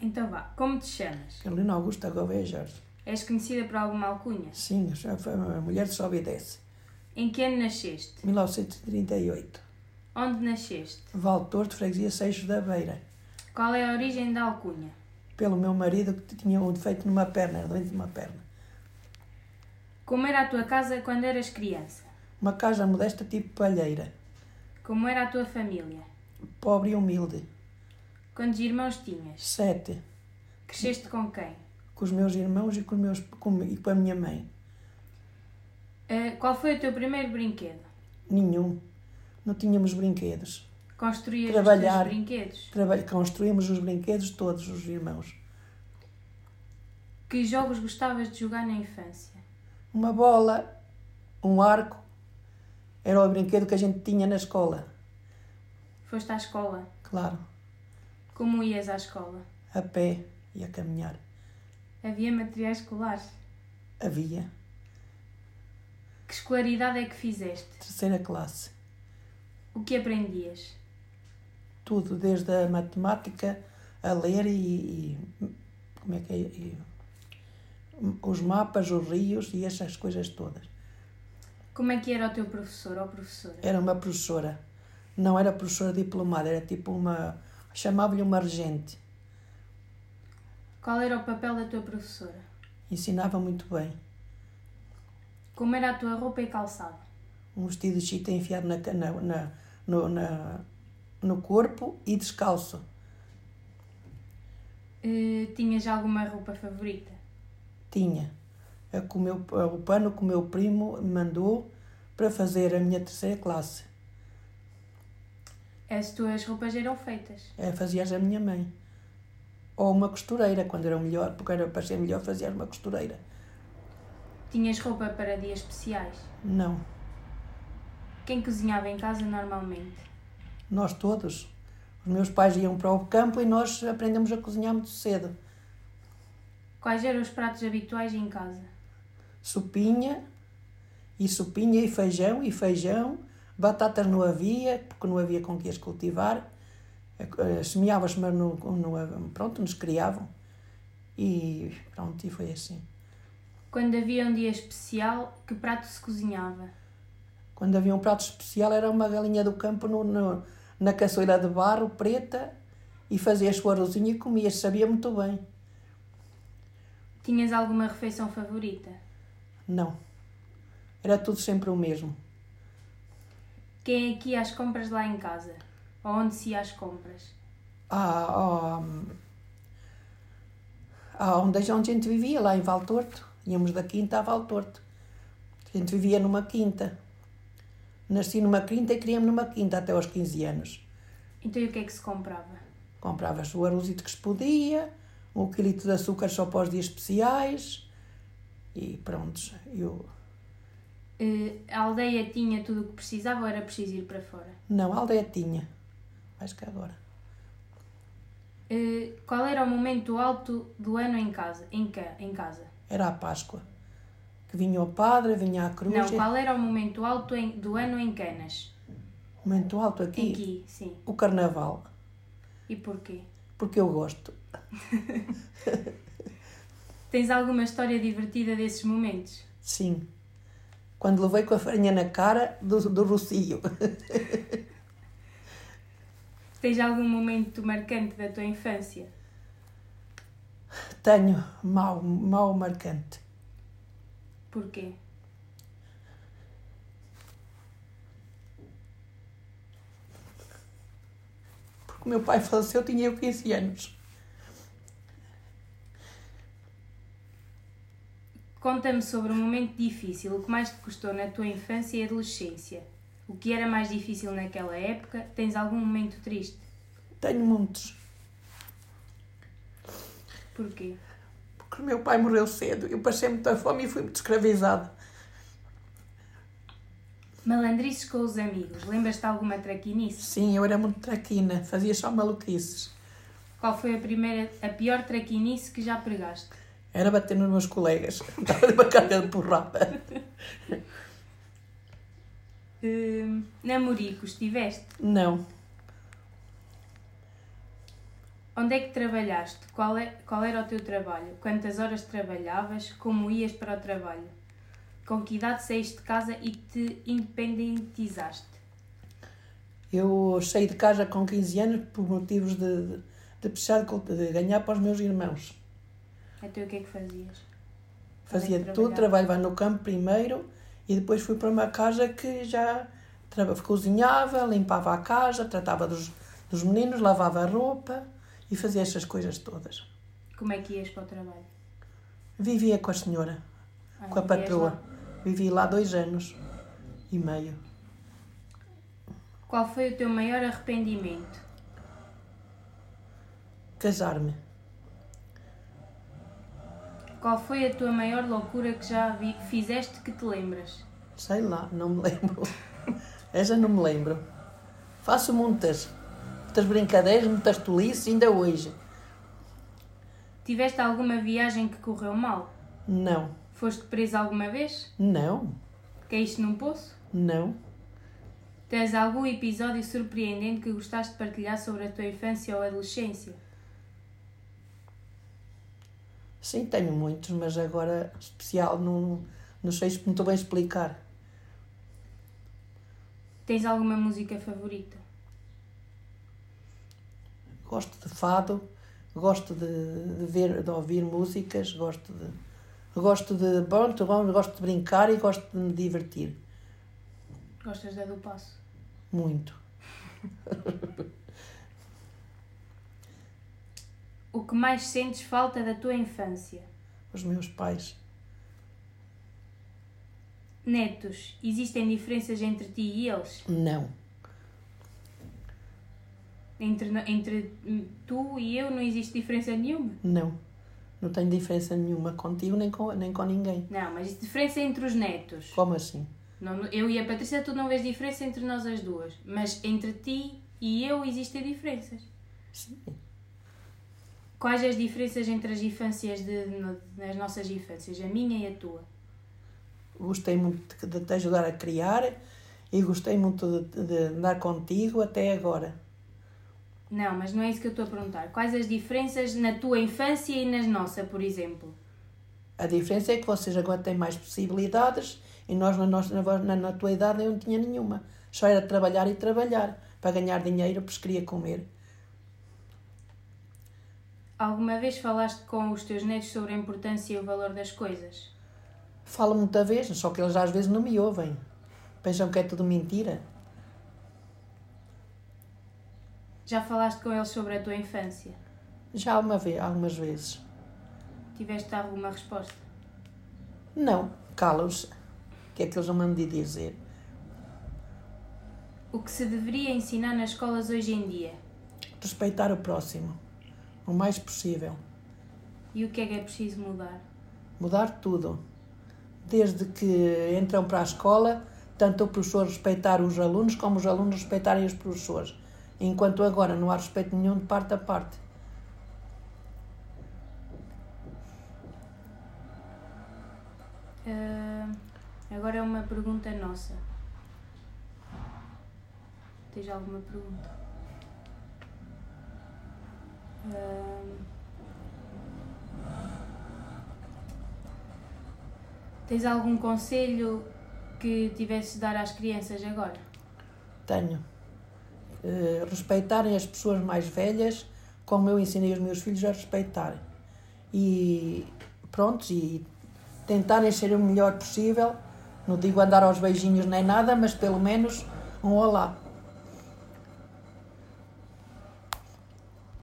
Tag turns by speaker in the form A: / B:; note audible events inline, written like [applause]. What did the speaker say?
A: Então vá, como te chamas?
B: Helena Augusta Gouveia Jorge.
A: És conhecida por alguma alcunha?
B: Sim, eu já fui uma mulher que só obedece.
A: Em que ano nasceste?
B: 1938.
A: Onde nasceste?
B: Valtor de Freguesia Seixos da Beira.
A: Qual é a origem da alcunha?
B: Pelo meu marido que tinha um defeito numa perna, era doente de uma perna.
A: Como era a tua casa quando eras criança?
B: Uma casa modesta tipo palheira.
A: Como era a tua família?
B: Pobre e humilde.
A: Quantos irmãos tinhas?
B: Sete.
A: Cresceste com quem?
B: Com os meus irmãos e com, os meus, com, e com a minha mãe.
A: Ah, qual foi o teu primeiro brinquedo?
B: Nenhum. Não tínhamos brinquedos.
A: Construías
B: Trabalhar.
A: os teus brinquedos?
B: Trabalho, construímos os brinquedos todos, os irmãos.
A: Que jogos gostavas de jogar na infância?
B: Uma bola, um arco, era o brinquedo que a gente tinha na escola.
A: Foste à escola?
B: Claro,
A: Como ias à escola?
B: a pé e a caminhar.
A: Havia materiais escolares?
B: Havia
A: Que escolaridade é que fizeste?
B: terceira classe.
A: O que aprendias?
B: Tudo, desde a matemática a ler e. e- como é que é? E- os mapas, os rios e essas coisas todas.
A: Como é que era o teu professor ou professora?
B: Era uma professora. Não era professora diplomada, era tipo uma. chamava-lhe um uma regente.
A: Qual era o papel da tua professora?
B: Ensinava muito bem.
A: Como era a tua roupa e calçado?
B: um vestido de chita enfiado na, ca- na, na- no, na- no corpo e descalço.
A: Eh, tinhas alguma roupa favorita?
B: Tinha a que o, meu, o pano que o meu primo me mandou para fazer a minha terceira classe.
A: As tuas roupas eram feitas.
B: Eh, Fazia-as a minha mãe. Ou uma costureira, quando era o melhor, porque era para ser melhor fazia uma costureira.
A: Tinhas roupa para dias especiais.
B: Não,
A: Quem cozinhava em casa normalmente?
B: nós todos. Os meus pais iam para o campo e nós aprendemos a cozinhar muito cedo.
A: Quais eram os pratos habituais em casa?
B: sopinha e sopinha e feijão e feijão. Batatas não havia, porque não havia com que as cultivar. Eh, eh, Semeavas, mas não, não, havia- pronto, nos criavam. E pronto, e foi assim.
A: Quando havia um dia especial, que prato se cozinhava?
B: Quando havia um prato especial, era uma galinha do campo no, no- na caçoeira de barro preta e fazias o arrozinho e comias, sabia muito bem.
A: Tinhas alguma refeição favorita?
B: Não. Era tudo sempre o mesmo.
A: Quem é que ia às compras lá em casa? Ou onde se ia às compras?
B: à, à, à onde, onde a gente vivia, lá em Valtorto. Íamos da quinta a Valtorto. A gente vivia numa quinta. Nasci numa quinta e criei-me numa quinta até aos 15 anos.
A: Então e o que é que se comprava?
B: Compravas o arrozito que se podia, um quilito de açúcar só para os dias especiais e prontos. Eu...
A: Eh, a aldeia tinha tudo o que precisava ou era preciso ir para fora?
B: Não, a aldeia tinha. Mais que agora.
A: Eh, qual era o momento alto do ano em casa? Em, ca- em casa?
B: Era a Páscoa. Que vinha o padre, vinha a cruz.
A: Não, qual era o momento alto em- do ano em Canas?
B: um Momento alto aqui.
A: Aqui, sim.
B: O carnaval.
A: E porquê?
B: Porque eu gosto.
A: Tens alguma história divertida desses momentos?
B: Sim. Quando levei com a farinha na cara do, do Rocio. [laughs]
A: Tens algum momento marcante da tua infância?
B: Tenho mal, mal marcante.
A: Porquê?
B: Porque o meu pai faleceu, eu tinha eu 15 anos.
A: Conta-me sobre um momento difícil, o que mais te custou na tua infância e adolescência. O que era mais difícil naquela época? Tens algum momento triste?
B: Tenho muitos.
A: Porquê?
B: Porque o meu pai morreu cedo. Eu passei muita fome e fui muito escravizada.
A: Malandrices com os amigos. Lembras-te de alguma traquinice?
B: Sim, eu era muito traquina. Fazia só maluquices.
A: Qual foi a primeira, a pior traquinice que já pregaste?
B: Era bater nos meus colegas. [laughs] Dava-lhe uma carga de porrada.
A: Hum, namoricos tiveste?
B: Não.
A: Onde é que trabalhaste? Qual, é, qual era o teu trabalho? Quantas horas trabalhavas? Como ias para o trabalho? Com que idade saíste de casa e te independentizaste?
B: Eu saí de casa com 15 anos por motivos de, de, de precisar de, cult- de ganhar para os meus irmãos.
A: Então o que é que fazias?
B: Fazia
A: Também
B: tudo,
A: trabalhava.
B: trabalhava no campo primeiro e depois fui para uma casa que já traba- cozinhava, limpava a casa, tratava dos, dos meninos, lavava a roupa e fazia essas coisas todas.
A: Como é que ias para o trabalho?
B: Vivia com a senhora,
A: Ah,
B: com a
A: vivias
B: patroa.
A: lá.
B: Vivi lá dois anos e meio.
A: Qual foi o teu maior arrependimento?
B: Casar-me.
A: Qual foi a tua maior loucura que já vi- fizeste que te lembras?
B: Sei lá, não me [laughs] lembro. Essa não me lembro. Faço muitas, muitas brincadeiras, muitas tolices, ainda hoje.
A: Tiveste alguma viagem que correu mal?
B: Não,
A: Foste preso alguma vez?
B: não,
A: Caíste num poço?
B: não.
A: Tens algum episódio surpreendente que gostaste de partilhar sobre a tua infância ou adolescência?
B: Sim, tenho muitos, mas agora especial não, não sei se muito bem explicar.
A: Tens alguma música favorita?
B: Gosto de fado, gosto de, de ver, de ouvir músicas, gosto de gosto de pronto, gosto de brincar e gosto de me divertir
A: Gostas da do Passo?
B: muito.
A: O que mais sentes falta da tua infância?
B: Os meus pais,
A: Netos, existem diferenças entre ti e eles?
B: não,
A: Entre, no- entre hum, tu e eu não existe diferença nenhuma?
B: não. Não tenho diferença nenhuma contigo nem com, nem com ninguém.
A: Não, mas diferença entre os netos.
B: Como assim?
A: Não, não- eu e a Patrícia, tu não vês diferença entre nós as duas, mas entre ti e eu existem diferenças.
B: Sim.
A: Quais as diferenças entre as infâncias de, no- nas nossas infâncias, a minha e a tua?
B: Gostei muito de- de te ajudar a criar e gostei muito de, de andar contigo até agora.
A: Não, mas não é isso que eu estou a perguntar. Quais as diferenças na tua infância e nas nossa, por exemplo?
B: A diferença é que vocês agora têm mais possibilidades e nós na, nossa, na, vo- na, na tua idade eu não tinha nenhuma. Só era trabalhar e trabalhar para ganhar dinheiro, pois queria comer.
A: Alguma vez falaste com os teus netos sobre a importância e o valor das coisas?
B: Falo muita vez, só que eles às vezes não me ouvem. Pensam que é tudo mentira.
A: Já falaste com eles sobre a tua infância?
B: Já uma vez, algumas vezes.
A: Tiveste alguma resposta?
B: Não, calam-se. O que é que eles não mandam de dizer?
A: O que se deveria ensinar nas escolas hoje em dia?
B: Respeitar o próximo, o mais possível.
A: E o que é que é preciso mudar?
B: mudar tudo. Desde que entram para a escola, tanto o professor respeitar os alunos como os alunos respeitarem os professores. Enquanto agora não há respeito nenhum de parte a parte.
A: Ah, agora é uma pergunta nossa. Tens alguma pergunta? Ah, tens algum conselho que tivesses de dar às crianças agora?
B: Tenho. Eh, respeitarem as pessoas mais velhas, como eu ensinei os meus filhos a respeitar. E pronto, e tentarem ser o melhor possível. Não digo andar aos beijinhos nem nada, mas pelo menos um olá.